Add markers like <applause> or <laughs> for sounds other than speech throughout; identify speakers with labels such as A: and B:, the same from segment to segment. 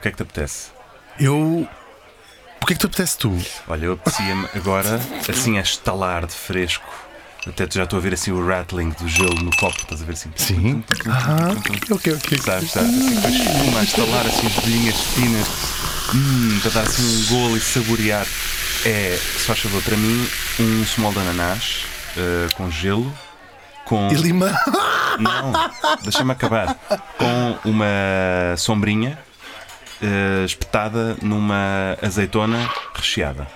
A: que é que te apetece?
B: Eu. Porquê que tu apetece tu?
A: Olha, eu apetecia-me agora, assim a estalar de fresco. Até já estou a ver assim o rattling do gelo no copo, estás a ver assim?
B: Sim. Ah, ok, ok.
A: Sabes, sabes? Assim, com a espuma a estalar assim as bolinhas finas. Hum, para dar assim um golo e saborear. É, se faz favor, para mim, um small de ananás eh, com gelo, com.
B: E lima.
A: Não, deixa-me acabar. Com uma sombrinha eh, espetada numa azeitona recheada.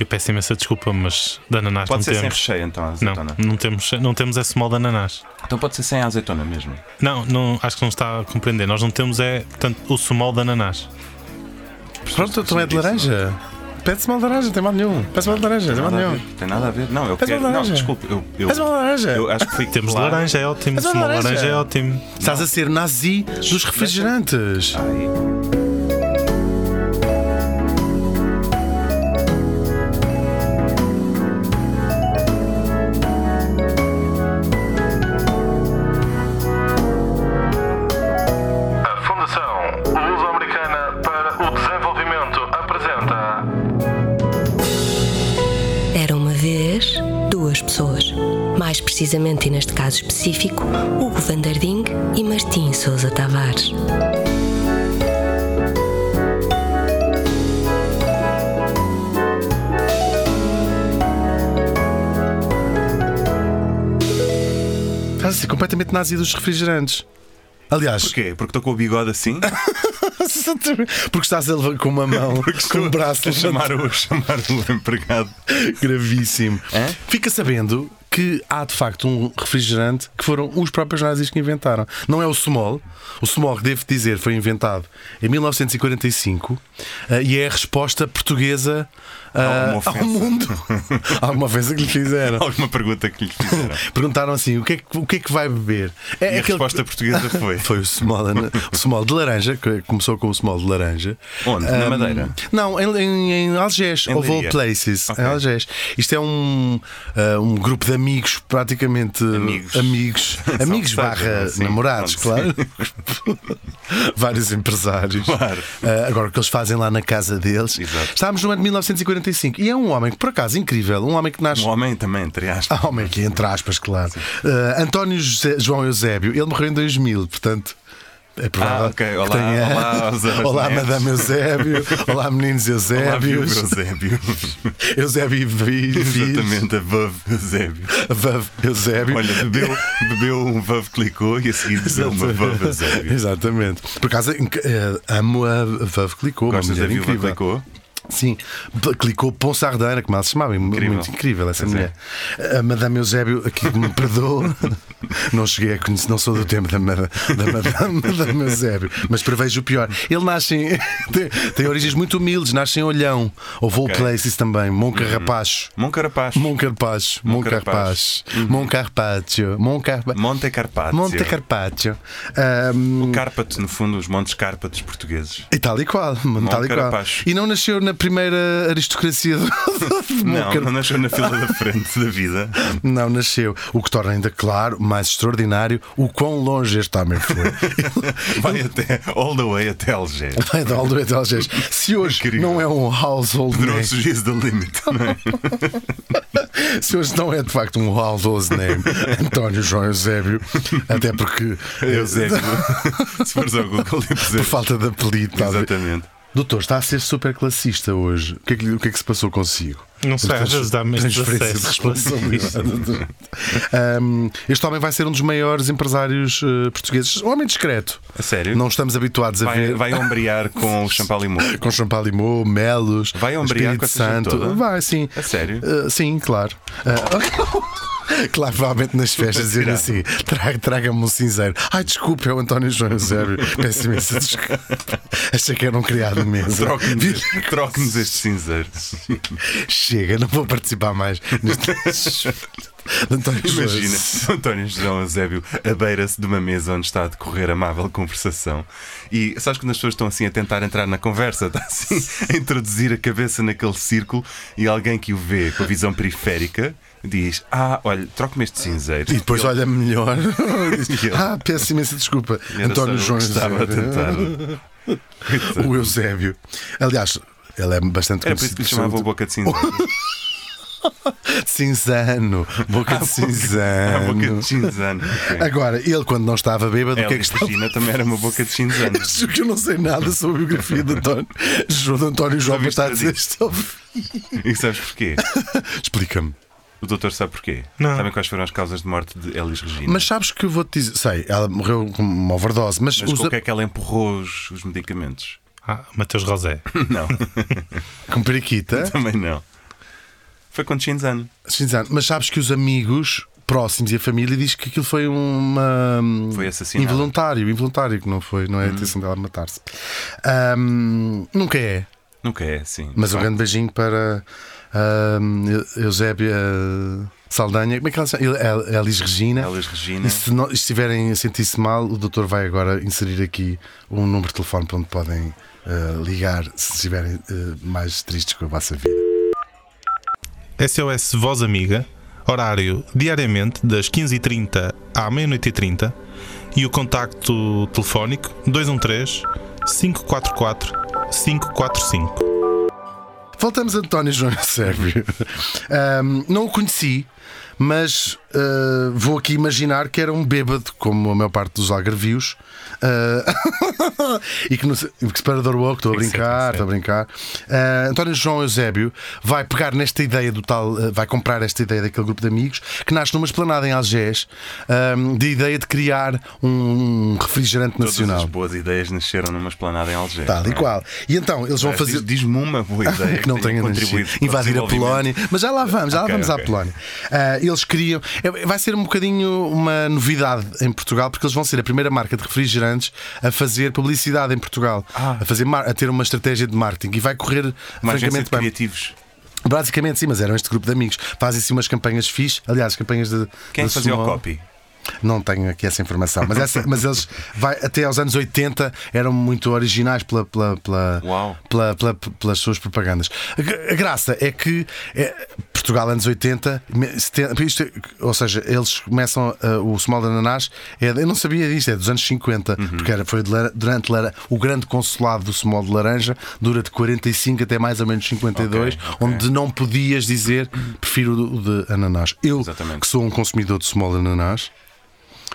C: Eu peço imensa desculpa, mas de ananás
A: Pode
C: não
A: ser sem
C: temos.
A: recheio, então, a
C: Não,
A: azeitona.
C: não temos, não temos esse molde de ananás.
A: Então pode ser sem a azeitona mesmo.
C: Não, não, acho que não está a compreender. Nós não temos é, portanto, o sumol de ananás.
B: Pronto, então é de laranja. Pede-se mal de laranja, tem mal nenhum. Pede-se mal de é laranja, tem mal
A: Nada a
B: nenhum.
A: ver, tem nada a ver. Não, eu
B: Faz
A: quero.
B: uma
A: Não,
B: laranja.
A: desculpe, eu, eu,
B: Faz uma laranja.
A: eu acho que fui
C: Temos de
A: claro.
C: laranja, é ótimo.
B: Mas é
C: Sumol de
B: laranja.
C: laranja é ótimo.
B: Estás a ser nazi dos refrigerantes.
A: Ai,
D: A Fundação Luso-Americana para o Desenvolvimento apresenta
E: Era uma vez duas pessoas. Mais precisamente, e neste caso específico, Hugo Vandarding e Martim Sousa Tavares.
B: Estás a ser completamente nazi dos refrigerantes. Aliás,
A: Porquê? é, Porque estou com o bigode assim?
B: <laughs> porque estás a levar com uma mão, com o braço
A: a chamar o, a chamar o empregado.
B: <laughs> Gravíssimo.
A: Hã?
B: Fica sabendo que há de facto um refrigerante que foram os próprios nazis que inventaram. Não é o Smol. O Smol, devo dizer, foi inventado em 1945 eh, e é a resposta portuguesa
A: Há
B: eh,
A: uma ofensa.
B: ao mundo. <laughs> Há uma ofensa que lhe
A: <laughs>
B: fizeram.
A: Alguma pergunta que lhe fizeram.
B: Perguntaram assim: o que é que, o que, é que vai beber?
A: E
B: É
A: a
B: aquele-
A: resposta portuguesa foi.
B: Foi o small, o small de laranja, que começou com o small de laranja.
A: Onde? Na
B: Ahm,
A: Madeira?
B: Não, em, em, em Algés,
A: Em
B: of all
A: Leiria.
B: places.
A: Ok.
B: Em Algés. Isto é um, ah, um grupo de amigos, praticamente
A: Amigos. <laughs>
B: amigos, amigos
A: que
B: barra
A: sabem, sim.
B: namorados,
A: Pronto,
B: claro. <laughs> Vários empresários.
A: Claro.
B: Ah, agora, o que eles fazem lá na casa deles.
A: Exato.
B: Estávamos no ano de 1945 e é um homem, que, por acaso, incrível, um homem que nasce.
A: Um homem também, entre aspas.
B: Ah, homem aqui, entre aspas, claro. Eh, António José- João Eusébio, ele morreu em 2000, portanto. É provável
A: Ah, ok.
B: que
A: Olá,
B: <laughs>
A: olá aos- aos
B: Olá,
A: netos.
B: Madame Eusébio. olá, meninos
A: Olá, viu,
B: Eusébios. <laughs>
A: Eusébio.
B: Eusébio e filhos.
A: Exatamente, above Eusébio.
B: Vave Eusébio.
A: Olha, bebeu, bebeu um vave clicou e a seguir bebeu uma vave Eusébio.
B: Exatamente. Por acaso, eh, amo a Vave Clicou. uma
A: Gostas da
B: mulher
A: viúva
B: incrível.
A: clicou?
B: Sim, B- clicou Ponsardana, como ela se chamava, incrível. muito incrível essa
A: Pois é.
B: mulher. A Madame Eusébio, aqui que me perdoa, <laughs> não cheguei a conhecer, não sou do tempo da, Mada- da Madame, <laughs> Madame Eusébio, mas prevejo o pior. Ele nasce, em, <laughs> tem, tem origens muito humildes, nasce em Olhão, ou Vou
A: Ok. Uhum.
B: Places também, Moncarrapacho.
A: Mão Carapaz.
B: Moncarpacho, Moncarpacho,
A: Moncarpacho.
B: Moncarpacho, Moncarpacho,
A: Monte Carpazio.
B: Monte Carpaccio. Ahm,
A: Cárpato, no fundo, os montes Cárpatos portugueses.
B: E tal e qual, <laughs> mano, tal e qual.
A: Carapacho.
B: E não nasceu na primeira aristocracia do, do, do
A: Não,
B: Moncar-
A: não nasceu na fila da frente da
B: <laughs>
A: vida.
B: Não nasceu. O que torna ainda claro, mais extraordinário, o quão longe este homem foi.
A: <laughs> Vai até, all the way até Algés.
B: Vai dar Aldo Etel Gés. Se hoje
A: Incrível.
B: não é um household name,
A: Drosso is the limit, não é?
B: se hoje não é de facto um household
A: <laughs>
B: name, António João Eusébio, até porque. eh,
A: Eusébio. <laughs> Se fores ao Google e
B: <laughs> Por
A: puseres.
B: falta de apelido, talvez.
A: Exatamente.
B: Doutor, está a ser super classista hoje. O que é que, lhe- o que, é que se passou consigo?
C: Não sei, às vezes dá-me este
B: Transferência de
C: acesso.
B: responsabilidade. <laughs> Ahm, este homem vai ser um dos maiores empresários eh, portugueses. Um homem discreto.
A: A sério?
B: Não estamos habituados a
A: Vai,
B: ver.
A: vai ombrear com o Champalimau.
B: Com Champalimau, Melos,
A: Vai ombrear com
B: Espírito
A: essa gente
B: Santo.
A: toda?
B: Vai, sim.
A: A sério?
B: Ah, sim, claro. <laughs> Ah, claro, provavelmente nas festas dizer
A: Tirado.
B: assim: "Tra- traga-me um cinzeiro. Ai, desculpe, é o António João
A: <laughs>
B: Eusébio. Peço imensa desculpa. Achei que era um criado de mesa.
A: Troque-nos troque-nos este cinzeiro.
B: Chega, não vou participar mais neste.
A: <laughs>
B: António João
A: Imagina, <laughs> António João Eusébio abeira-se de uma mesa onde está a decorrer amável conversação. E sabes quando as pessoas estão assim a tentar entrar na conversa, <laughs> está assim a introduzir a cabeça naquele círculo e alguém que o vê com a visão periférica diz: Ah, olha, troque-me este cinzeiro.
B: E depois
A: Ele
B: olha melhor. Diz,
A: <laughs> E ele?
B: ah, peço imensa desculpa.
A: era só
B: António
A: eu que
B: João
A: estava a
B: Eusébio.
A: tentar.
B: <laughs> o Eusébio. Aliás, ele é bastante
A: Era por isso que lhe chamava o Boca de
B: <laughs>
A: Cinza.
B: Cinzano. <laughs> Boca de
A: A
B: <laughs> cinzano.
A: boca de Cinzano. ok.
B: Agora, ele quando não estava bêbado, o que
A: Ela
B: é
A: e
B: que estava?
A: Cristina também era uma boca de
B: <laughs>
A: Cinzano.
B: Acho que eu não sei nada sobre a biografia de António. João de António João
A: Só
B: está a dizer
A: viste
B: isto. <laughs>
A: E sabes porquê?
B: Explica-me.
A: O doutor sabe porquê?
C: Não.
A: Sabem quais foram as causas de morte de Elis Regina?
B: Mas sabes que eu vou-te dizer. Sei, ela morreu com uma overdose, mas,
A: Mas
B: os-
A: com o que é que ela empurrou os, os medicamentos? <laughs>
C: Ah, Mateus Rosé.
A: Não, <laughs>
B: com <laughs> periquita.
A: também não. Foi com Cinzano.
B: Cinzano, mas sabes que os amigos próximos e a família diz que aquilo foi uma hum,
A: Foi assassinado.
B: involuntário, involuntário que não foi, não é a intenção dela matar-se. Ahm, nunca é,
A: Nunca é, sim.
B: mas um
A: Claro.
B: grande beijinho para ahm, Eu- Eusébia Saldanha, como é que ela se chama? El- El- Elis Regina.
A: Elis Regina.
B: E se não- e se estiverem a sentir-se mal, o doutor vai agora inserir aqui um número de telefone para onde podem ah, ligar se estiverem ah, mais tristes com a vossa vida.
C: SOS Voz Amiga, horário diariamente das 15h30 à meia-noite e 30 e o contacto telefónico 213 544 545.
B: Voltamos a António João <laughs> Sérvio. Ahm, não o conheci, mas ah, vou aqui imaginar que era um bêbado, como a maior parte dos algarvios, Ah, <laughs> e que, no, que separador woke, estou a
C: Tem que ser,
B: brincar,
C: tem
B: estou a brincar. Ah, António João Eusébio vai pegar nesta ideia do tal, ah, vai comprar esta ideia daquele grupo de amigos que nasce numa esplanada em Algés, ahm, de ideia de criar um refrigerante
A: Todas as
B: nacional.
A: boas ideias nasceram numa esplanada em Algés.
B: Tal
A: não
B: e
A: é?
B: qual. E então, eles vão
A: Mas
B: fazer.
A: diz- Diz-me uma
B: <laughs>
A: boa ideia.
B: que não
A: tenha
B: tenha
A: contribuído
B: nascido.
A: para o
B: invadir a
A: desenvolvimento.
B: Polónia. Mas já lá vamos, já lá
A: Ok,
B: vamos
A: ok.
B: à Polónia. Ah, eles queriam. é, Vai ser um bocadinho uma novidade em Portugal, porque eles vão ser a primeira marca de refrigerantes a fazer publicidade em Portugal, a, fazer, mar- a ter uma estratégia de marketing e vai correr
A: Ah. Uma agência de
B: francamente bem.
A: criativos.
B: Basicamente, sim, mas eram este grupo de amigos. Fazem-se umas campanhas fixe, aliás, campanhas de.
A: Quem é
B: de
A: fazia o
B: sumo.
A: copy?
B: Não tenho aqui essa informação, mas, essa- mas eles vai, até aos anos 80 eram muito originais pela, pela, pela,
A: Uau.
B: pela- pela- pelas suas propagandas. A, gra- a graça é que é, Portugal, anos 80, me- 70, isto é- ou seja, eles começam ah, o Small de Ananás, é, eu não sabia disto, é dos anos 50,
A: Uhum.
B: porque era, foi de lara- durante lara- o grande consulado do Small de Laranja, dura de 45 até mais ou menos 52,
A: Ok, ok.
B: onde não podias dizer prefiro o de, o de ananás. Eu,
A: Exatamente.
B: que sou um consumidor de Small de Ananás.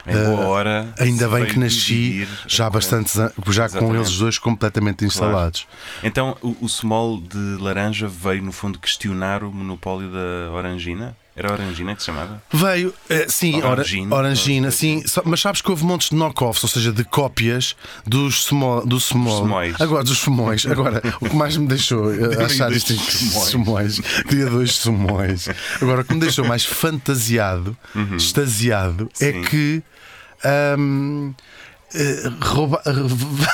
A: Em boa hora.
B: eh, Ainda
A: se
B: bem
A: veio
B: que nasci
A: dividir a
B: já há
A: corrente.
B: bastantes anos, já com
A: Exatamente.
B: eles dois completamente instalados.
A: Então, o, o small de laranja veio, no fundo, questionar o monopólio da Orangina? Era a Orangina que se chamava?
B: Veio, eh, sim, ora-
A: Orangina.
B: orangina,
A: é.
B: sim, só- mas sabes que houve montes de knock-offs, ou seja, de cópias dos sumo, do sumo,
A: sumóis.
B: agora dos sumóis. Agora, o que mais me deixou eh,
A: Queria
B: achar
A: dois
B: isto
A: sumóis.
B: sumóis, queria dois sumóis. Agora, o que me deixou mais fantasiado, extasiado, é
A: Uhum. Sim.
B: que hum, ahm, eh, rouba- <laughs>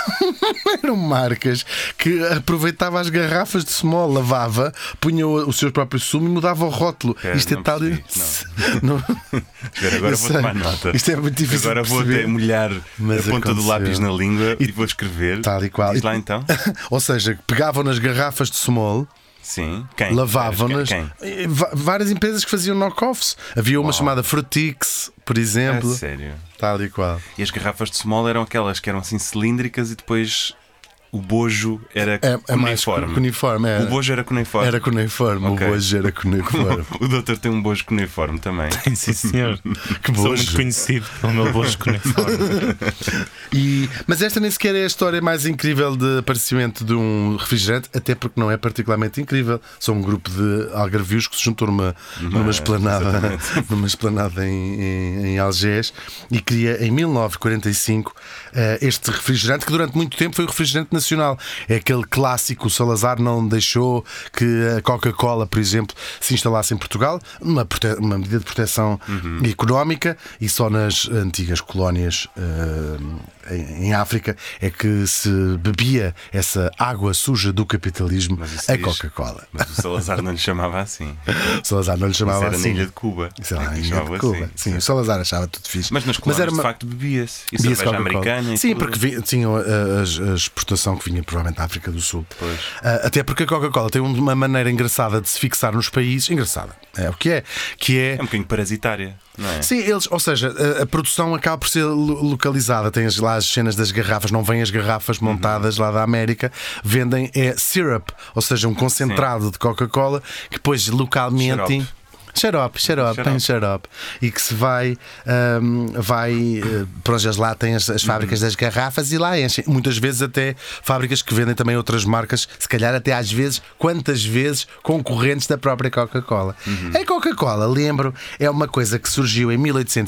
B: eram marcas que aproveitava as garrafas de small, lavava, punha o, o seu próprio sumo e mudava o rótulo.
A: É,
B: Isto é
A: não
B: tal.
A: percebi, <laughs>
B: Não-
A: Espera, agora
B: Eu
A: vou
B: sei.
A: tomar nota.
B: Isto é muito difícil
A: Agora
B: de
A: vou
B: perceber.
A: até molhar
B: Mas
A: a ponta do
B: aconteceu.
A: lápis na língua e,
B: E-
A: vou escrever.
B: Tal e qual.
A: Diz lá então?
B: <laughs> Ou seja, pegavam nas garrafas de small,
A: Sim. Quem?
B: lavavam-nas.
A: Quem?
B: Eh, va- Várias empresas que faziam knock-offs. Havia uma chamada Frutix, por
A: É
B: exemplo.
A: sério.
B: Tal e qual.
A: E as garrafas de small eram aquelas que eram assim cilíndricas e depois o bojo era
B: É, é mais
A: cuneiforme.
B: cuneiforme, era.
A: O bojo era cuneiforme.
B: Era cuneiforme,
A: Ok.
B: o bojo era cuneiforme.
A: <laughs> O doutor tem um bojo cuneiforme também.
C: <laughs> Sim, senhor.
B: Que
C: Sou
B: bojo.
C: muito conhecido pelo meu <laughs> bojo conector.
B: E- mas esta nem sequer é a história mais incrível de aparecimento de um refrigerante, até porque não é particularmente incrível. São um grupo de algarvios que se juntou numa, numa esplanada, <laughs> numa esplanada em, em, em Algés e cria em 1945 eh, este refrigerante que durante muito tempo foi o refrigerante nacional. É aquele clássico, o Salazar não deixou que a Coca-Cola, por exemplo, se instalasse em Portugal, uma, prote- uma medida de proteção
A: Uhum.
B: económica, e só nas antigas colónias eh, em, em África é que se bebia essa água suja do capitalismo,
A: Mas isso
B: a
A: diz-
B: Coca-Cola.
A: Mas o Salazar não lhe chamava
B: <laughs>
A: assim.
B: Salazar não lhe
A: Mas
B: chamava
A: era na
B: assim.
A: ilha de Cuba.
B: Sei
A: É
B: lá,
A: que
B: em
A: lhe
B: ilha
A: chamava
B: de Cuba.
A: assim.
B: Sim, o Salazar achava tudo fixe.
A: Mas nas colónias,
B: era uma-
A: de facto, bebia-se. E
B: Bebia-se
A: cerveja
B: Coca-Cola.
A: americana. e
B: Sim,
A: tudo.
B: porque vi- tinham a, a- a exportação produção que vinha provavelmente da África do Sul. Ah, até porque a Coca-Cola tem uma maneira engraçada de se fixar nos países. Engraçada. É o que é. Que é.
A: É um bocadinho parasitária, não é?
B: Sim, eles, ou seja, a, a produção acaba por ser lo- localizada. Tens lá as cenas das garrafas, não vêm as garrafas
A: Uhum.
B: montadas lá da América, vendem é syrup, ou seja, um concentrado de Coca-Cola que depois localmente. Xarope, xarope, tem xarope. E que se vai, ahm, vai eh, para onde eles lá têm as, as
A: Uhum.
B: fábricas das garrafas e lá enchem. Muitas vezes até fábricas que vendem também outras marcas, se calhar até às vezes, quantas vezes, concorrentes da própria Coca-Cola.
A: Uhum.
B: A Coca-Cola, lembro, é uma coisa que surgiu em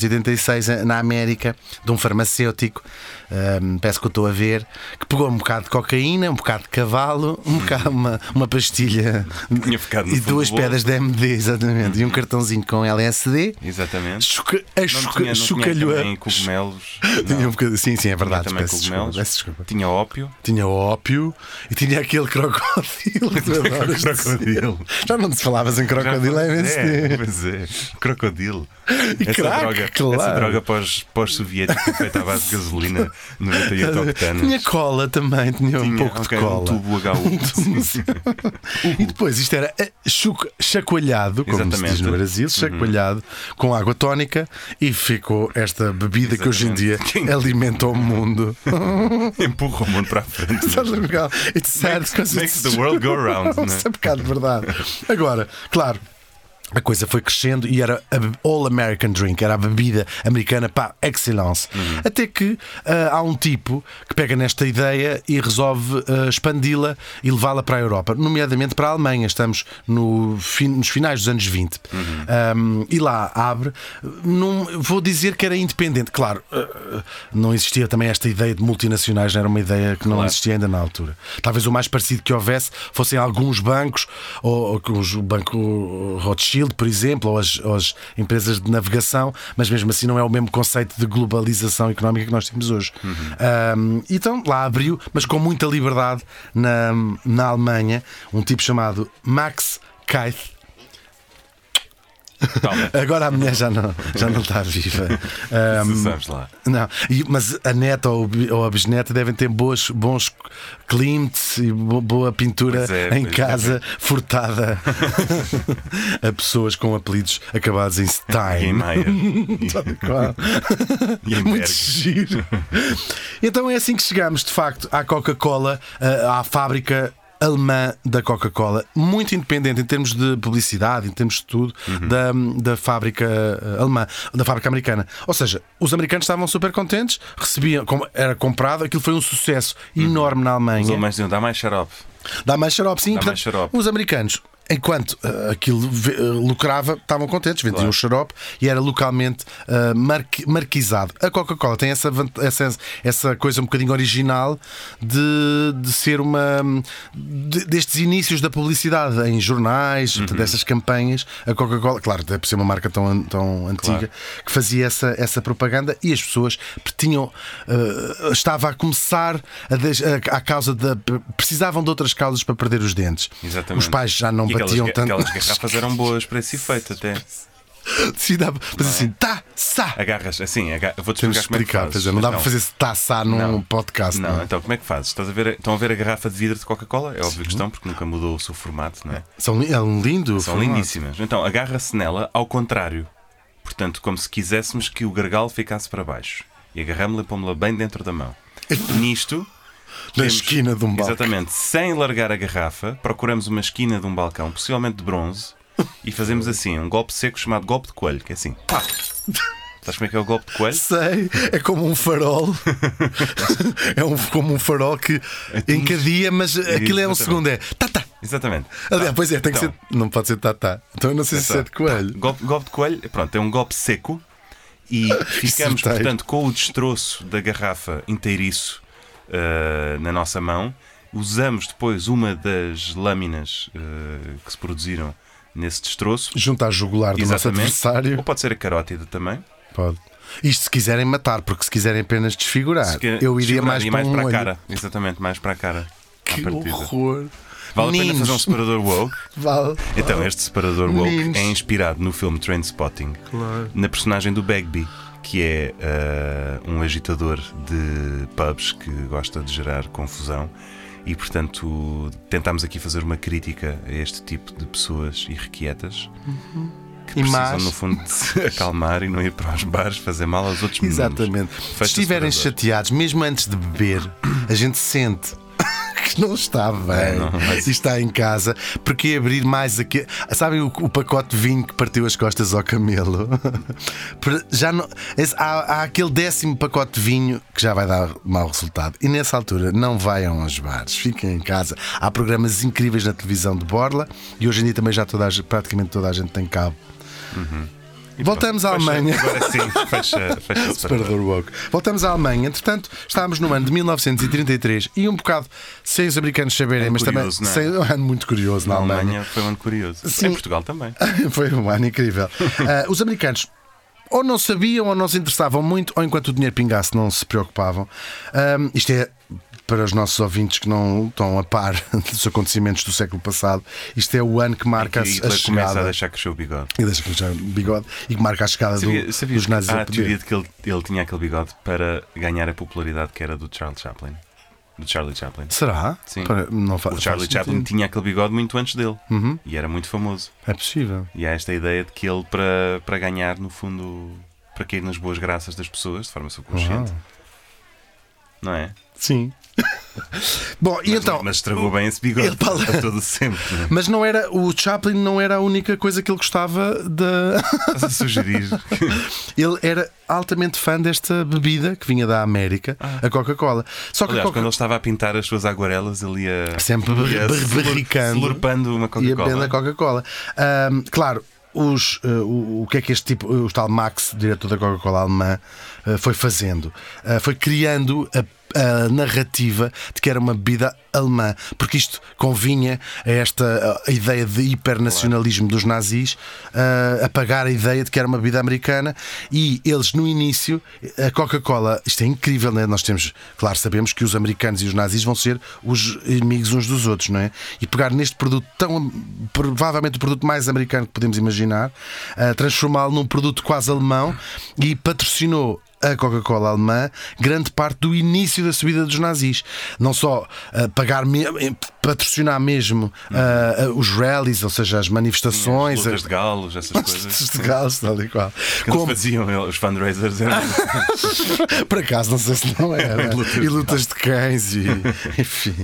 B: 1886 eh, na América de um farmacêutico, ahm, peço que eu estou a ver, que pegou um bocado de cocaína, um bocado de cavalo, um bocado, uma, uma pastilha
A: Tinha ficado no
B: e
A: fundo
B: duas
A: do bolo.
B: pedras de MD, exatamente, e um cartãozinho com LSD.
A: Exatamente.
B: Chuca, a
A: Não
B: chuca,
A: tinha, não tinha
B: chocalhou.
A: também cogumelos.
B: <laughs> Tinha
A: não.
B: um bocadinho, sim, sim, é
A: Tinha
B: verdade.
A: também
B: peço desculpa,
A: cogumelos.
B: peço desculpa.
A: Tinha ópio.
B: Tinha ópio e tinha aquele crocodilo.
A: <laughs>
B: que tu adoras dizer.
A: Crocodilo.
B: Já não te falavas em crocodilo há imenso
A: é,
B: tempo.
A: pois é. Crocodilo.
B: E
A: essa
B: crack,
A: droga,
B: claro.
A: essa droga pós- pós-soviética feita à base de gasolina
B: <laughs>
A: 98 octanos.
B: Tinha cola também, tinha, um
A: Tinha,
B: pouco
A: ok,
B: de cola.
A: Um tubo HU. Sim.
B: <laughs> E depois isto era eh, chuc- chacoalhado, como se diz
A: Exatamente. Uhum.
B: no Brasil, chacoalhado com água tónica e ficou esta bebida que hoje em dia
A: Exatamente.
B: alimenta o
A: <laughs>
B: mundo. <laughs>
A: Empurra o mundo para a frente.
B: Estás a pegar? It's sad because
A: Makes
B: it's
A: the world go round.
B: <laughs> true.
A: né?
B: Isso é um bocado
A: <laughs>
B: de verdade. Agora, claro. A coisa foi crescendo e era a be- All American Drink, era a bebida americana par excellence.
A: Uhum.
B: Até que ah, há um tipo que pega nesta ideia e resolve ah, expandi-la e levá-la para a Europa, nomeadamente para a Alemanha. Estamos no fin- nos finais dos anos 20.
A: Uhum.
B: Ahm, e lá abre, num- vou dizer que era independente. Claro, ah, ah, não existia também esta ideia de multinacionais, não era uma ideia que não existia ainda na altura. Talvez o mais parecido que houvesse fossem alguns bancos, ou, ou que os- o Banco Rothschild, por exemplo, ou as, ou as empresas de navegação, mas mesmo assim não é o mesmo conceito de globalização económica que nós temos hoje. Ahm, então lá abriu, mas com muita liberdade, na, na Alemanha, um tipo chamado Max Keith.
A: Toma.
B: Agora a mulher já não, já não está viva. Ahm,
A: Tu sabes lá.
B: não, e- mas a neta ou, o bi- ou a bisneta devem ter boas, bons clientes e bo- boa pintura
A: Pois é,
B: em
A: pois
B: casa, furtada <laughs> a pessoas com apelidos acabados em
A: Game
B: Stein. <laughs>
A: Mayer. <laughs>
B: Claro. Tá Muito
A: Guimberg.
B: giro. Então é assim que chegamos, de facto, à Coca-Cola, eh, à fábrica alemã da Coca-Cola, muito independente em termos de publicidade, em termos de tudo,
A: Uhum.
B: da, da fábrica eh, alemã, da fábrica americana. Ou seja, os americanos estavam super contentes, recebiam, com- era comprado, aquilo foi um sucesso enorme na
A: Os
B: Alemanha.
A: alemães diziam, dá mais xarope.
B: Dá mais xarope, sim.
A: Dá
B: portanto,
A: mais xarope.
B: Os americanos, enquanto eh, aquilo ve- eh, lucrava, estavam contentes, vendiam o xarope e era localmente eh, marqui- marquizado. A Coca-Cola tem essa, van- essa, essa coisa um bocadinho original de, de ser uma. de- destes inícios da publicidade em jornais, portanto, dessas campanhas. A Coca-Cola, claro, até por ser uma marca tão, an- tão antiga, que fazia essa, essa propaganda e as pessoas tinham. eh, estava a começar a, des- a, a causa da. precisavam de outras causas para perder os dentes.
A: Exatamente.
B: Os pais já não
A: E aquelas,
B: batiam
A: ga-
B: tanto.
A: Aquelas garrafas eram boas para esse efeito
B: <laughs>
A: até.
B: Sim, dava- Mas assim, tá, sa.
A: Agarras, assim, aga... vou te explicar, como é
B: Temos de
A: que
B: explicar,
A: fazes.
B: pois é, não dá
A: Então,
B: para fazer-se tá, sa num
A: Não.
B: podcast.
A: Não,
B: não é?
A: então como é que fazes? Estás a ver, estão a ver a garrafa de vidro de Coca-Cola? É óbvio que estão, porque nunca mudou o seu formato, não é?
B: São, li- é um lindo.
A: São
B: formato.
A: lindíssimas. Então, agarra-se nela ao contrário. Portanto, como se quiséssemos que o gargalo ficasse para baixo. E agarramos-la e pomos-la bem dentro da
B: <laughs>
A: mão. Nisto.
B: Na
A: temos-
B: esquina de um balcão.
A: Exatamente. Sem largar a garrafa, procuramos uma esquina de um balcão, possivelmente de bronze, e fazemos assim, um golpe seco chamado golpe de coelho, que é assim. Pá! Sabes como é que é o golpe de
B: <laughs>
A: coelho?
B: Sei, é como
A: <laughs>
B: um farol. é um, como um farol que encadia, mas aquilo é um
A: É exatamente.
B: segundo. É tá, tá.
A: Exatamente.
B: Aliás, pois é, tem que
A: Então.
B: ser. Não pode ser tá, tá. Então eu não sei se é de coelho.
A: Tá, Golpe, golpe de coelho, pronto, é um golpe seco
B: <laughs>
A: e ficamos,
B: Isso tem.
A: portanto, com o destroço da garrafa inteiriço eh, na nossa mão. Usamos depois uma das lâminas eh, que se produziram nesse destroço.
B: Junto à jugular do é nosso
A: Ou
B: adversário.
A: pode ser a carótida também.
B: Pode. Isto se quiserem matar, porque se quiserem apenas desfigurar,
A: Se quer-
B: Ah, eu iria
A: desfigurar,
B: mais
A: ia
B: para, um
A: a
B: olho.
A: cara. Exatamente, mais para a cara. à
B: Que
A: partida.
B: horror.
A: Vale a pena
B: Meninos,
A: fazer um separador woke?
B: <laughs> vale.
A: Então, este separador woke
B: Meninos.
A: é inspirado no filme Trainspotting, na personagem do Bagby, que que é ah, um agitador de pubs que gosta de gerar confusão. E portanto, tentámos aqui fazer uma crítica a este tipo de pessoas irrequietas que
B: E
A: precisam,
B: más.
A: no fundo, de
B: <laughs>
A: se acalmar e não ir para os bares fazer mal aos outros meninos.
B: Exatamente. Se
A: Fecha-se
B: estiverem
A: para dois.
B: chateados, mesmo antes de beber, a gente sente. <laughs> que Não está bem
A: É, Não, mas-
B: e está em casa, porque é abrir mais aqui. Sabem o, o pacote de vinho que partiu as costas ao camelo? <laughs> Para- já não- esse- há, há aquele décimo pacote de vinho que já vai dar mau resultado. E nessa altura não vaiam aos bares, fiquem em casa. Há programas incríveis na televisão de Borla e hoje em dia também já toda a gente- praticamente toda a gente tem cabo.
A: Uhum. E
B: Voltamos à
A: pronto, fecha-
B: Alemanha.
A: Agora
B: <laughs>
A: sim, fecha, fecha -se para
B: Separador woke. Voltamos à Alemanha. Entretanto, estávamos no ano de 1933 e um bocado sem os americanos saberem,
A: É
B: mas
A: curioso, não
B: também
A: é?
B: sem- um ano muito curioso na
A: A
B: Alemanha.
A: Alemanha foi um ano curioso.
B: Sim.
A: Em Portugal também.
B: <laughs> Foi um
A: <laughs>
B: ano incrível. Ah, os americanos ou não sabiam ou não se interessavam muito, ou enquanto o dinheiro pingasse não se preocupavam. Ahm, isto é para os nossos ouvintes que não estão a par <laughs> dos acontecimentos do século passado. Isto é o ano que marca
A: Que
B: a, a
A: Hitler começa a
B: chegada.
A: deixar crescer o bigode.
B: E deixa puxar o bigode e que marca a chegada do,
A: Sabia, sabias
B: dos nazis
A: que há
B: ao
A: a
B: poder.
A: teoria de que ele, ele tinha aquele bigode para ganhar a popularidade que era do Charles Chaplin. Do Charlie Chaplin.
B: Será?
A: Sim.
B: Para- não fa-
A: O Charlie
B: faz
A: Chaplin
B: sentido. Uhum.
A: tinha aquele bigode muito antes dele e era muito famoso.
B: É possível.
A: E há esta ideia de que ele, para, para ganhar, no fundo, para cair nas boas graças das pessoas de forma subconsciente,
B: Uau.
A: não é?
B: Sim. <laughs> Bom, e
A: Mas,
B: então.
A: mas estragou bem esse bigode
B: Ele fala-
A: a todo sempre. não
B: <laughs>
A: é?
B: Mas não era. O Chaplin não era a única coisa que ele gostava da.
A: Estás a sugerir.
B: <laughs> Ele era altamente fã desta bebida que vinha da América, a Coca-Cola. Só
A: Aliás,
B: que a
A: quando ele
B: Coca-Cola.
A: estava a pintar as suas aguarelas, ele ia.
B: É. Sempre
A: ia
B: bar- bar-
A: selur-
B: barricando.
A: Selurpando é uma
B: E a
A: Coca-Cola. é?
B: bebida Coca-Cola. Ahm, claro. Os, eh, o, o que é que este tipo, o tal Max, diretor da Coca-Cola alemã, eh, foi fazendo? Eh, foi criando a, a narrativa de que era uma bebida alemã, porque isto convinha a esta eh, ideia de hipernacionalismo dos nazis, eh, apagar a ideia de que era uma bebida americana e eles no início, a Coca-Cola, isto é incrível, né? nós temos, claro, sabemos que os americanos e os nazis vão ser os inimigos uns dos outros, não é? E pegar neste produto tão, provavelmente o produto mais americano que podemos imaginar, ah, transformá-lo num produto quase alemão e patrocinou a Coca-Cola alemã grande parte do início da subida dos nazis. Não só ah, pagar me- eh, patrocinar mesmo ah, ah, os rallies, ou seja, as manifestações,
A: Uhum. Lutas
B: <laughs>
A: de galos, essas coisas.
B: de galos, tal e qual.
A: Que eles
B: Como, Ah,
A: faziam ele- os fundraisers. eram-
B: por acaso, não sei se
A: <laughs>
B: não era.
A: Lutas
B: e lutas de cães,
A: <laughs>
B: e, enfim,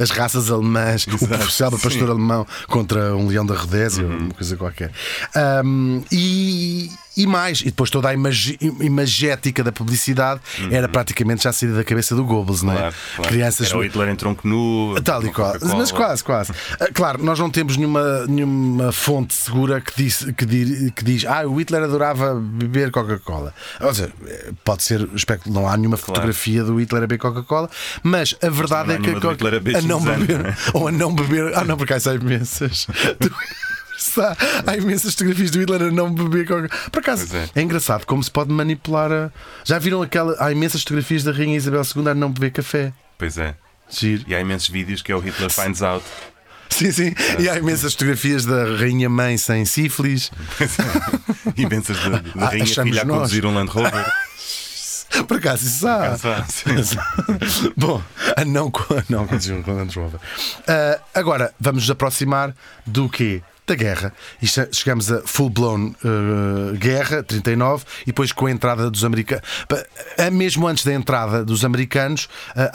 B: as raças alemãs, o oficial do pastor alemão contra um leão da Rodésia,
A: Uhum.
B: ou uma coisa qualquer. Ahm, e, e mais, e depois toda a imagi- imagética da publicidade era praticamente já saída da cabeça do Goebbels, não é?
A: Uhum. Claro, claro.
B: Crianças.
A: Era o Hitler em tronco nu.
B: Tal e
A: uma
B: qual.
A: Coca-Cola.
B: Mas quase, quase. Ah, Claro, nós não temos nenhuma, nenhuma fonte segura que diz, que, di- que diz ah, o Hitler adorava beber Coca-Cola. Ou seja, eh, pode ser, especul- não há nenhuma fotografia do Hitler a beber Coca-Cola, mas a verdade
A: Não há
B: é que a,
A: nenhuma do
B: Coca-
A: Hitler a beber
B: não
A: Cinzano,
B: beber,
A: não é?
B: ou a não beber, ah não, porque há imensas.
A: <laughs>
B: Do- Está- há imensas fotografias do Hitler a não beber Coca-Cola. Por acaso,
A: Pois
B: é. engraçado como se pode manipular. a- Já viram aquela. Há imensas fotografias da Rainha Isabel II a não beber café.
A: Pois é.
B: Giro.
A: E há imensos vídeos que é o Hitler Finds
B: <laughs>
A: Out.
B: Sim, sim. E há imensas fotografias da rainha mãe sem sífilis.
A: Imensas da, da
B: Ah,
A: rainha
B: achamos
A: filha a
B: nós.
A: conduzir um Land Rover.
B: <laughs> Por acaso, isso há.
A: Ah,
B: <laughs>
A: sim.
B: Bom, a não, co- a não conduzir com Land Rover. Ah, agora, vamos nos aproximar do quê? Da guerra. E che- chegamos a full-blown eh, guerra, 39, e depois com a entrada dos americanos. Mesmo antes da entrada dos americanos, ah,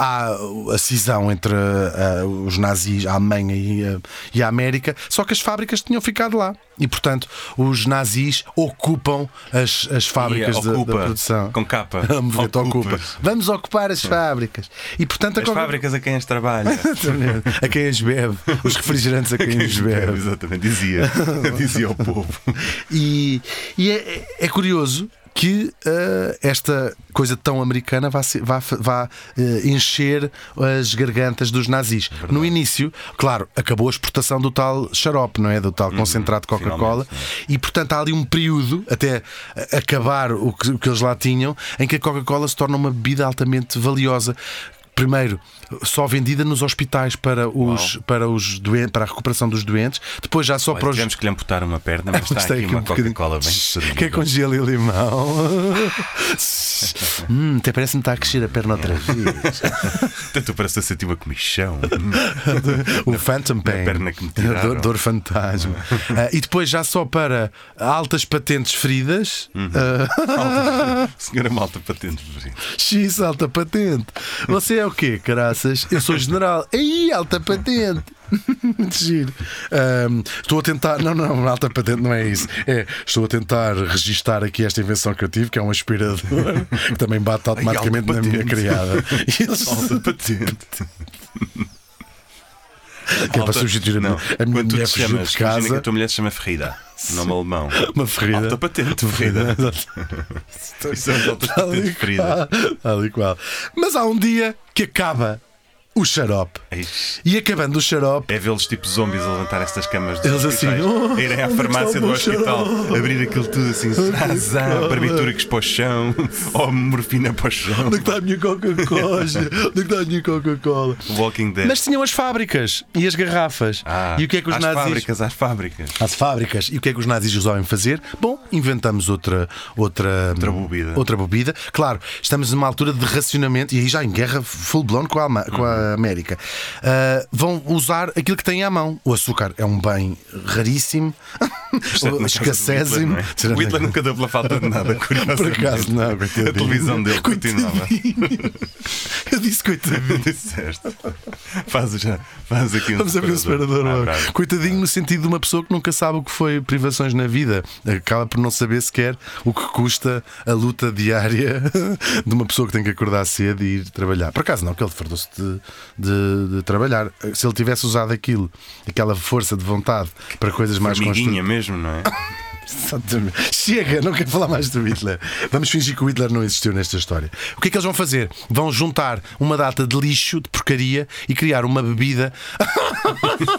B: há a cisão entre ah, os nazis, a Alemanha e, a- e a América, só que as fábricas tinham ficado lá. E, portanto, os nazis ocupam as, as fábricas
A: E,
B: da-
A: ocupa,
B: da produção.
A: Com capa.
B: <laughs> Vamos ver, tu ocupas.
A: Ocupas.
B: Vamos ocupar as fábricas. E portanto a
A: As
B: Coca-
A: fábricas a quem as trabalha.
B: <laughs> Exatamente. a quem as bebe, os refrigerantes a quem as bebe.
A: Exatamente,
B: <laughs>
A: dizia. Dizia ao povo.
B: E, e é, é curioso que ah, esta coisa tão americana vá, ser- vá, fa- vá, eh, encher as gargantas dos nazis. No início, claro, acabou a exportação do tal xarope, não é? Do tal concentrado de Coca-Cola. E portanto há ali um período, até ah, acabar o que, o que eles lá tinham, em que a Coca-Cola se torna uma bebida altamente valiosa. Primeiro, só vendida nos hospitais para, os, para, os doen- para a recuperação dos doentes, depois já só para os.
A: Tivemos que lhe amputar uma perna, mas está
B: Mas tem
A: aqui uma
B: um bocadinho-
A: Coca-Cola bem servida.
B: Que é com gelo e
A: <laughs>
B: limão. hum, até parece-me estar a crescer a perna outra vez.
A: Até tu parece a sentir uma comichão.
B: <laughs> o Phantom Pain.
A: perna que me tiraram.
B: A Dor, dor
A: <laughs>
B: fantasma. Ah, e depois, já só para altas patentes ah, feridas.
A: Uhum. Senhora Malta, patente vermelha.
B: <laughs> X, alta patente. Você é o quê, caraças? Eu sou general. Aí, alta patente. <laughs> Giro. Ahm, estou a tentar. Não, não, alta patente não é isso. É, estou a tentar registar aqui esta invenção que eu tive, que é um aspirador, <laughs> que também bate automaticamente
A: alta
B: na minha
A: patente.
B: criada. E eles-
A: <laughs> Alta patente.
B: que é para substituir a minha, a minha
A: Quando tu
B: mulher
A: te
B: que fugiu
A: chamas,
B: de
A: imagina que
B: casa.
A: a tua mulher se chama
B: <laughs>
A: Ferrida. Nome alemão.
B: Uma ferrida.
A: Alta patente, Ferrida. Isso é alta
B: Tal
A: patente,
B: e
A: Ferrida.
B: qual. Tal e qual. Mas há um dia que acaba o xarope.
A: Eish.
B: E acabando o xarope.
A: É vê-los tipo zombies a levantar estas camas dos
B: Eles
A: hospitais,
B: assim, "Oh,
A: a irem à
B: onde
A: farmácia
B: está o é
A: do
B: meu
A: hospital,
B: xarope?"
A: abrir aquilo tudo assim, azar, barbitúricos para o chão, ou morfina para o chão.
B: Onde é que está a minha
A: <laughs>
B: Coca-Cola? Onde é que está a minha Coca-Cola?
A: Walking Dead.
B: Mas tinham as fábricas e as garrafas.
A: É. Ah,
B: e o que é que os
A: às
B: nazis.
A: fábricas, às fábricas.
B: Às fábricas. E o que é que os nazis resolvem fazer? Bom, inventamos outra. Outra, outra
A: bebida.
B: Outra bebida. Claro, estamos numa altura de racionamento e aí já em guerra full-blown com, a Alma- com
A: Uhum.
B: a América. Ah, vão usar aquilo que têm à mão. O açúcar é um bem raríssimo,
A: Exceto na é casa do
B: escassésimo.
A: Hitler, não é?
B: Tirando
A: O
B: a-
A: Hitler nunca deu pela falta de nada, curiosamente.
B: <laughs> Por acaso, não,
A: A televisão dele continuava. <laughs>
B: Coitadinho. <laughs> Eu disse coitadinho.
A: Disseste. Faz já. Faz aqui um
B: Vamos abrir o separador
A: Ah,
B: logo.
A: bravo.
B: Coitadinho no sentido de uma pessoa que nunca sabe o que foi privações na vida. Acaba por não saber sequer o que custa a luta diária <laughs> de uma pessoa que tem que acordar cedo e ir trabalhar. Por acaso não, que ele defraudou-se de, de- de trabalhar. Se ele tivesse usado aquilo, aquela força de vontade para coisas mais
A: Amiguinha mesmo, não é?
B: Exatamente. Chega, não quero falar mais do Hitler. Vamos fingir que o Hitler não existiu nesta história. O que é que eles vão fazer? Vão juntar uma data de lixo, de porcaria e criar uma bebida <laughs>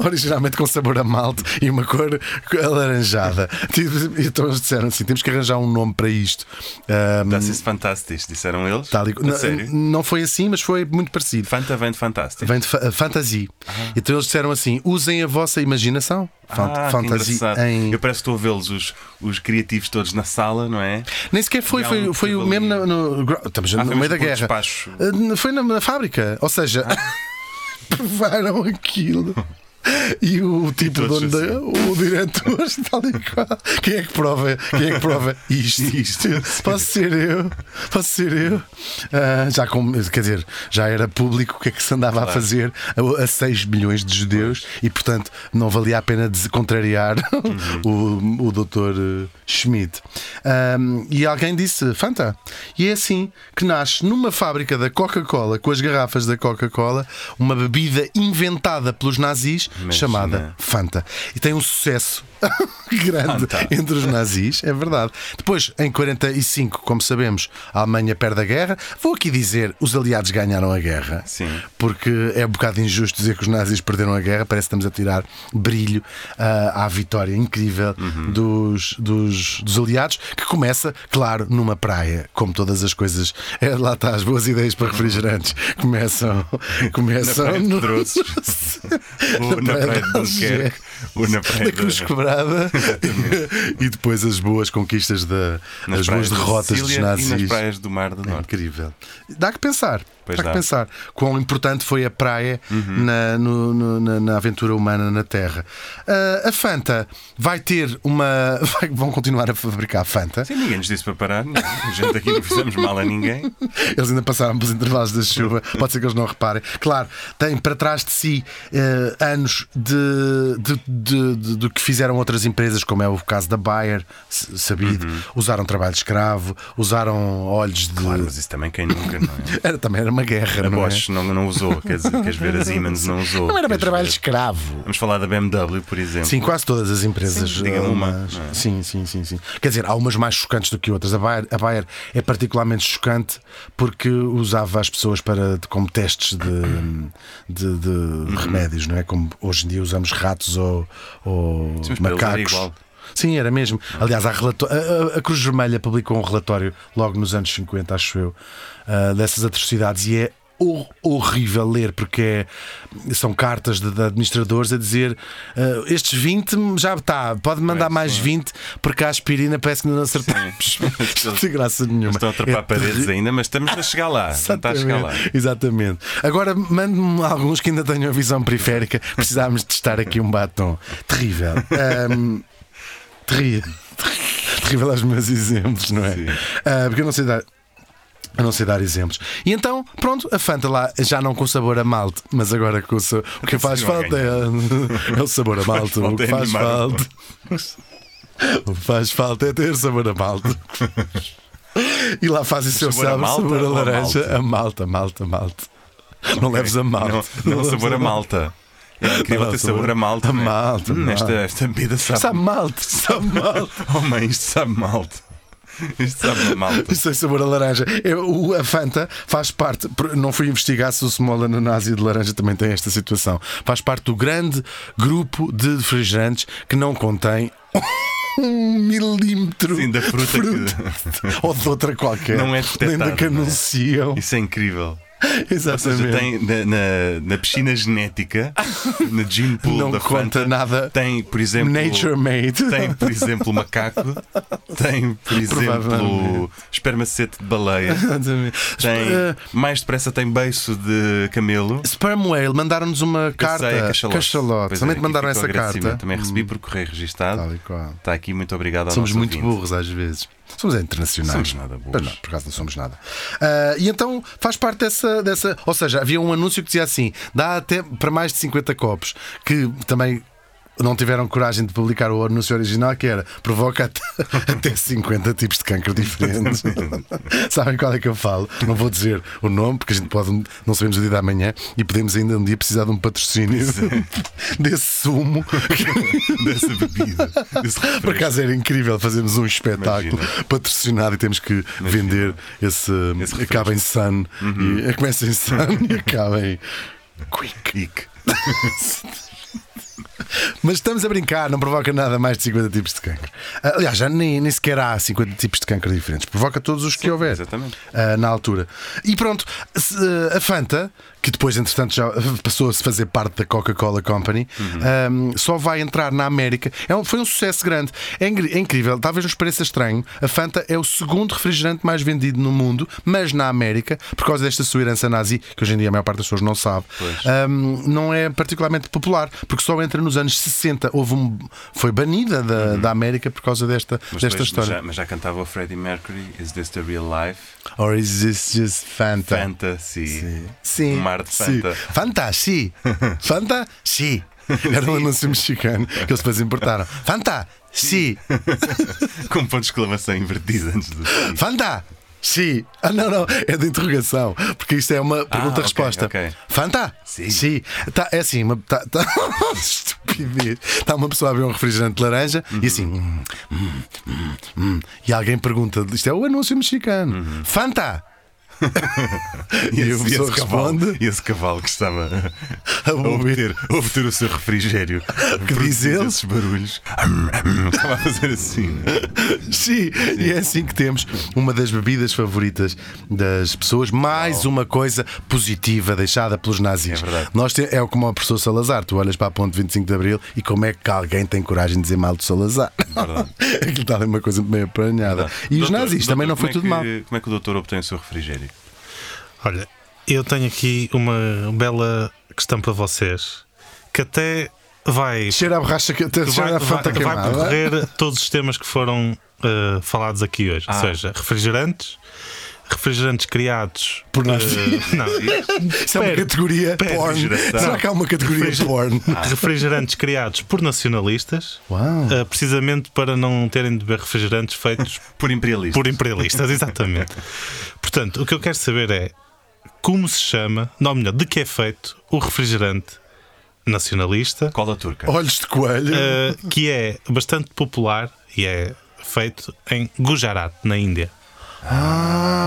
B: originalmente com sabor a malte e uma cor alaranjada. Tipo, Então eles disseram assim: temos que arranjar um nome para isto. Ahm,
A: Está se fantástico, disseram eles.
B: tal e-
A: Tá assim, A
B: Tá não,
A: sério.
B: não foi assim, mas foi muito parecido.
A: Fanta vem de fantástico.
B: Vem de fa- eh, fantasia. Então eles disseram assim: usem a vossa imaginação. Fant-
A: Ah, que
B: fantasia
A: engraçado.
B: em.
A: Eu parece que estou a vê-los, os, os criativos todos na sala, não é?
B: Nem sequer foi,
A: E há
B: foi,
A: um
B: foi o
A: tipo
B: mesmo
A: ali.
B: na, no, gro- estamos
A: Ah,
B: no
A: foi
B: meio
A: mesmo
B: da
A: por
B: guerra.
A: despacho. Ah.
B: Ah, Foi na, na fábrica, ou seja, <laughs>
A: <laughs>
B: provaram aquilo. E o tipo
A: todos
B: dono da- o diretor <laughs> está ali qual. Quem é que prova? Quem é que prova isto? isto. Posso ser eu? Posso ser eu? Ah, já com, quer dizer, já era público o que é que se andava a fazer a, a 6 milhões de judeus e portanto não valia a pena de contrariar <laughs> o, o doutor eh, Schmidt. Ahm, e alguém disse Fanta. E é assim que nasce numa fábrica da Coca-Cola, com as garrafas da Coca-Cola, uma bebida inventada pelos nazis
A: Imagina.
B: chamada Fanta. E tem um sucesso <laughs> grande
A: Fanta.
B: entre os nazis, é verdade. Depois, em 45, como sabemos, a Alemanha perde a guerra. Vou aqui dizer, os aliados ganharam a guerra.
A: Sim.
B: Porque é um bocado injusto dizer que os nazis perderam a guerra, parece que estamos a tirar brilho ah, à vitória incrível
A: Uhum.
B: dos, dos, dos aliados, que começa, claro, numa praia, como todas as coisas. É, lá está, as boas ideias para refrigerantes
A: <laughs>
B: começam, começam
A: Uhum. Praia de
B: no- <laughs>
A: Pedrosos. Ou na praia de Dunkerque. Ou na praia
B: da
A: de-
B: Cruz Quebrada <laughs> e depois as boas conquistas da
A: nas
B: as
A: praias
B: boas
A: da
B: derrotas dos
A: Sicília E nas
B: nazis.
A: praias do Mar do
B: É
A: Norte.
B: incrível. Dá que pensar.
A: Pois
B: dá,
A: dá. Uhum.
B: que pensar. Quão importante foi a praia na, no- no- na, na aventura humana na Terra. Ah, a Fanta vai ter uma. <laughs> vai- vão continuar a fabricar a Fanta.
A: Sim, ninguém nos disse para parar. não é? A gente aqui não fizemos mal a
B: <laughs>
A: ninguém.
B: Eles ainda passaram pelos intervalos da chuva, pode ser que eles não reparem. Claro, têm para trás de si eh, anos de, de, de- de- do que fizeram outras empresas, como é o caso da Bayer, s- sabido.
A: Uhum.
B: Usaram trabalho escravo, usaram olhos de.
A: Claro, mas isso também quem nunca, não é?
B: Era, também era uma guerra,
A: A
B: não é?
A: Bosch não, não usou, quer dizer, queres ver as Siemens não usou.
B: Não era bem
A: queres
B: trabalho
A: ver-
B: escravo.
A: Vamos falar da BMW, por exemplo.
B: Sim, quase todas as empresas.
A: Sim, diga uma,
B: alemãs.
A: não é?
B: Sim, sim, sim, sim. Quer dizer, há umas mais chocantes do que outras. A Bayer, a Bayer é particularmente chocante porque usava as pessoas para, como testes de, de- de
A: Uhum.
B: remédios, não é? Como hoje em dia usamos ratos ou, ou
A: Sim, mas para eles era
B: macacos.
A: igual.
B: Sim, era mesmo. Aliás, há relato- a, a- a Cruz Vermelha publicou um relatório logo nos anos 50, acho eu, ah, dessas atrocidades e é hor- horrível ler, porque é- são cartas de, de administradores a dizer "Ah, estes 20 já está, pode mandar mais 20, porque a aspirina parece que não acertamos. <laughs>
A: Eles-
B: De graça nenhuma.
A: Estão a atrapar
B: É
A: paredes ainda, mas estamos a chegar
B: <laughs>
A: lá. Não está a chegar lá.
B: Exatamente. Agora mande-me alguns que ainda tenham a visão periférica. Precisávamos testar aqui um batom. Terrível. Ahm, terri- terrível aos meus exemplos, não é?
A: Sim.
B: Ah, porque eu não sei dar. Eu não sei dar exemplos. E então, pronto, a Fanta lá já não com sabor a malte, mas agora com o sabor. O que faz
A: Continua a
B: falta é, <laughs> é o sabor a malte. O
A: falta
B: que
A: é
B: faz
A: animar o
B: falta. <laughs> O que faz falta é ter sabor a malte. E lá fazem seu
A: Sabor a
B: sabor,
A: malta
B: sabor a
A: ou a
B: laranja,
A: malta?
B: a malta, malta, malta. Não leves a malta.
A: Não, não
B: leves
A: sabor a malta. É incrível
B: Não,
A: ter sabor a malta.
B: a
A: não é?
B: malta,
A: Hum, esta,
B: malta.
A: esta bebida sabe.
B: Sabe malta, sabe malta.
A: <laughs> Oh, mãe, isto sabe malta. Isto sabe a malta.
B: Isto é sabor a laranja. É, o- a Fanta faz parte, por- não fui investigar se o Small Ananás e de laranja também tem esta situação. Faz parte do grande grupo de refrigerantes que não contém um milímetro
A: Sim, da
B: de
A: fruta que- <laughs>
B: ou de outra qualquer.
A: Não é
B: Nem da que
A: detectável, não é?
B: anunciam.
A: Isso é incrível. Ou
B: Exatamente.
A: seja, tem na, na- na piscina
B: <laughs>
A: genética, na gene pool
B: Não
A: da
B: conta
A: Fanta,
B: nada.
A: Tem, por exemplo,
B: Nature made.
A: tem, por exemplo, macaco, tem,
B: <laughs>
A: por exemplo,
B: Provavelmente.
A: espermacete de
B: <laughs>
A: baleia,
B: Exatamente.
A: tem,
B: Eh,
A: mais depressa tem beiço de camelo.
B: Sperm Whale mandaram-nos uma carta.
A: Sei, é
B: cachalote.
A: Pois é,
B: Também te
A: aqui fica
B: mandaram
A: o
B: essa
A: agradecimento.
B: carta.
A: Também recebi por correio registado.
B: Tal e qual.
A: Está aqui, muito obrigado ao
B: Somos
A: nosso
B: muito
A: ouvinte.
B: burros às vezes. Somos internacionais.
A: Somos nada burros.
B: Mas não, por acaso não somos nada. Ah, e então faz parte dessa, dessa. Ou seja, havia um anúncio que dizia assim: dá até para mais de 50 copos, que também. Não tiveram coragem de publicar o anúncio original que era provoca até, <laughs> até 50 tipos de
A: <laughs>
B: cancro diferentes. Sabem qual é que eu falo? Não vou dizer o nome, porque a gente pode, não sabemos o dia da manhã e podemos ainda um dia precisar de um patrocínio <laughs> desse sumo
A: Dessa bebida. <laughs> desse refresco.
B: por acaso era incrível fazermos um espetáculo
A: Imagina.
B: patrocinado e temos que vender esse.
A: Esse
B: eh,
A: Uhum. refresco.
B: acaba em Sun. E, eh, começa em Sun
A: <laughs>
B: e acaba em Quick.
A: Ick.
B: <laughs> Mas estamos a brincar, não provoca nada mais de 50 tipos de cancro. Ah, Aliás, já nem, nem sequer há 50 tipos de cancro diferentes. Provoca todos os que houver.
A: exatamente.
B: ah, na altura. E pronto, se, ah, a Fanta, que depois, entretanto, já <laughs> passou a se fazer parte da Coca-Cola Company,
A: Uhum.
B: ah, só vai entrar na América. É um- foi um sucesso grande. É, ingri- é incrível, talvez nos pareça estranho. A Fanta é o segundo refrigerante mais vendido no mundo, mas na América, por causa desta sua herança nazi, que hoje em dia a maior parte das pessoas não sabe, hum, não é particularmente popular, porque só entra nos anos 60. Houve um, foi banida da, da América por causa desta,
A: Uhum. Mas
B: desta
A: depois
B: história.
A: Já, mas já cantava o Freddie Mercury, Is This the Real Life?
B: Or is this just Fanta?
A: Fantasy.
B: Tá. Sim.
A: Um mar de
B: sim.
A: Fanta. <laughs>
B: Fanta, sim. Fanta, sim. Era um anúncio mexicano que eles depois importaram. Fanta, sim.
A: Com um ponto de exclamação invertido antes
B: <laughs>
A: do. sim.
B: Fanta! Sim. Ah, não, não, é de interrogação, porque isto é uma pergunta-resposta.
A: Ah, ok, ok.
B: Fanta?
A: Sim.
B: Tá, é assim, uma, tá, tá... <laughs> estupidez. Está uma pessoa a ver um refrigerante de laranja
A: Uhum.
B: e assim. hum, hum, hum, hum, e alguém pergunta, isto é o anúncio mexicano.
A: <laughs>
B: Fanta! e a
A: Uhum. esse-
B: pessoa
A: esse cavalo-
B: responde.
A: e esse cavalo que estava a
B: A ouvir.
A: obter, a obter o seu refrigério.
B: <laughs> Que diz
A: produzindo
B: ele?
A: Esses barulhos. Am, am. Estava a fazer assim.
B: <laughs> Sim, e é assim que temos uma das bebidas favoritas das pessoas, mais uma coisa positiva deixada pelos nazis.
A: É verdade.
B: Nós te- é o como o professor Salazar, tu olhas para a ponte 25 de Abril e como é que alguém tem coragem de dizer mal do Salazar?
A: Verdade.
B: <laughs> Aquilo está ali uma coisa meio apanhada. E os
A: Doutor,
B: nazis também
A: doutor,
B: não
A: como
B: foi
A: é
B: tudo mal.
A: que- Como é que o doutor obtém o seu refrigério?
C: Olha, eu tenho aqui uma bela questão para vocês que até vai
B: Cheira a borracha que até
C: vai,
B: cheira a fanta
C: vai- vai
B: queimada.
C: percorrer todos os temas que foram eh, falados aqui hoje. Ou seja, refrigerantes, refrigerantes criados
B: <laughs> Por nós.
C: eh, não,
B: Isso é uma
C: Pera,
B: categoria
C: pera,
B: porn.
A: geração.
B: Será que há uma categoria
C: Refriger-
A: <laughs>
B: porn?
C: refrigerantes criados por nacionalistas,
B: Uau.
C: eh, precisamente para não terem de beber refrigerantes feitos
A: Por imperialista.
C: por imperialistas, <laughs> exatamente. Portanto, o que eu quero saber é como se chama, não melhor, de que é feito o refrigerante nacionalista
A: Cola turca.
B: Olhos de coelho.
A: Eh.
C: Uh, que é bastante popular e é feito em Gujarat, na Índia.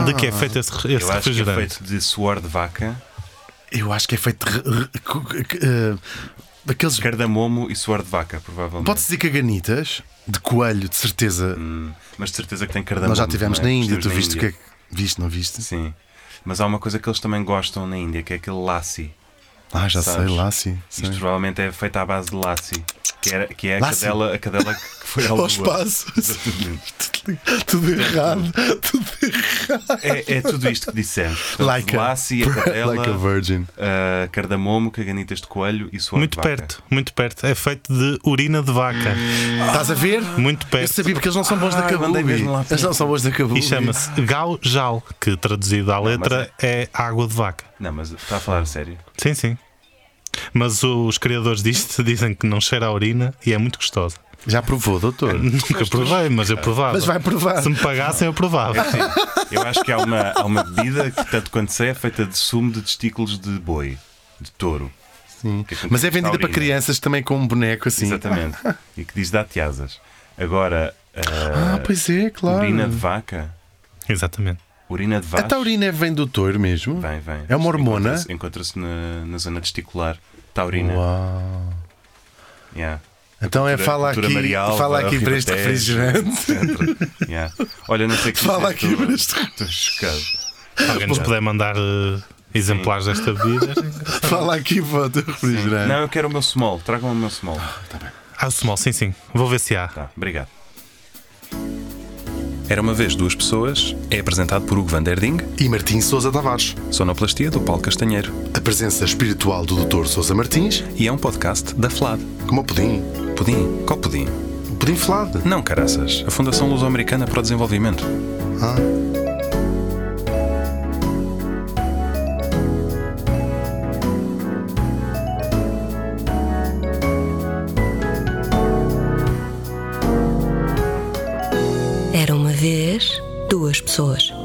C: De que é feito esse, esse
A: Eu acho que é
C: refrigerante?
A: feito de suor de vaca,
B: Eu acho que é feito. de re- re- cu- cu- eh, Aqueles
A: cardamomo e suor de vaca, provavelmente.
B: Pode-se dizer caganitas de coelho, de certeza.
A: Mas de certeza que tem cardamomo.
B: Nós já tivemos
A: Hum, não é?
B: na Índia,
A: Estamos
B: tu
A: na
B: viste o que é
A: Índia.
B: que. Viste, não viste?
A: Sim. Mas há uma coisa que eles também gostam na Índia, que é aquele lassi.
B: Ah, já
A: Sabes?
B: sei, Lassi.
A: Isto
B: Sim.
A: provavelmente é feito à base de lassi, que, era, que é a
B: Lassi?
A: cadela, a cadela
B: <laughs>
A: que foi à
B: Ao
A: lua.
B: espaço.
A: Exatamente.
B: <laughs> Tudo
A: <laughs>
B: errado. Tudo errado.
A: É, é tudo isto que
B: <laughs>
A: dissemos. Portanto,
B: Like a-
A: lassi, a cadela,
B: <laughs> Like a virgin.
A: ah, cardamomo, caganitas de coelho e suor de
C: Muito
A: vaca.
C: perto, muito perto. É feito de urina de vaca.
B: Estás a ver?
C: Muito
B: Eu
C: perto.
B: sabia porque eles não são bons da
A: Ah, eu
B: Kabubi.
A: mandei mesmo lá para
B: Eles não são bons da Kabubi.
C: E chama-se Gau Jal, que traduzido à letra é água de vaca.
A: Não, mas está a falar a sério.
C: Sim, sim. Mas os criadores disto <laughs> dizem que não cheira a urina e é muito gostosa.
B: Já provou, doutor.
A: Uhum.
C: Nunca provei, mas eu provava.
B: Mas vai provar.
C: Se me pagassem, eu provava.
B: <laughs>
A: Sim, eu acho que há uma, há uma bebida que, tanto quanto sei, é feita de sumo de testículos de boi, de touro. Sim.
B: Mas é vendida para
A: crianças.
B: crianças também com um boneco assim.
A: Exatamente. E que diz dá-te asas. Agora,
B: Ah,
A: ah,
B: pois é, claro.
A: urina de vaca.
C: Exatamente.
A: Urina de
B: A
A: vaca.
B: taurina é vem do touro mesmo?
A: Vem, vem.
B: É uma hormona?
A: Encontra-se encontra-se na, na zona testicular. Taurina.
B: Uau.
A: Yeah.
B: Então é
A: Cultura-
B: fala
A: cultura
B: aqui,
A: Marialva,
B: fala aqui para este
A: Ribatejo,
B: refrigerante.
A: etc. Yeah. Olha, não sei o que
B: Fala
A: dizer,
B: aqui
A: estou-
B: para este-
A: Estou chocado.
C: Se alguém nos puder mandar eh, exemplares desta bebida.
B: Fala aqui para o teu refrigerante.
A: Não, eu quero o meu small. Tragam o meu small.
C: Ah, o small, sim, sim. Vou ver se há.
A: Tá, obrigado. Era uma vez duas pessoas. É apresentado por Hugo Van Der Ding,
B: E Martim Sousa Tavares,
A: sonoplastia do Paulo Castanheiro.
B: a presença espiritual do Dr. Sousa Martins,
A: E é um podcast da FLAD.
B: como o pudim, Um
A: Pudim? Qual pudim?
B: pudim flado.
A: Não, caraças. A Fundação Luso-Americana para o Desenvolvimento.
B: Ah.
E: Era uma vez duas pessoas.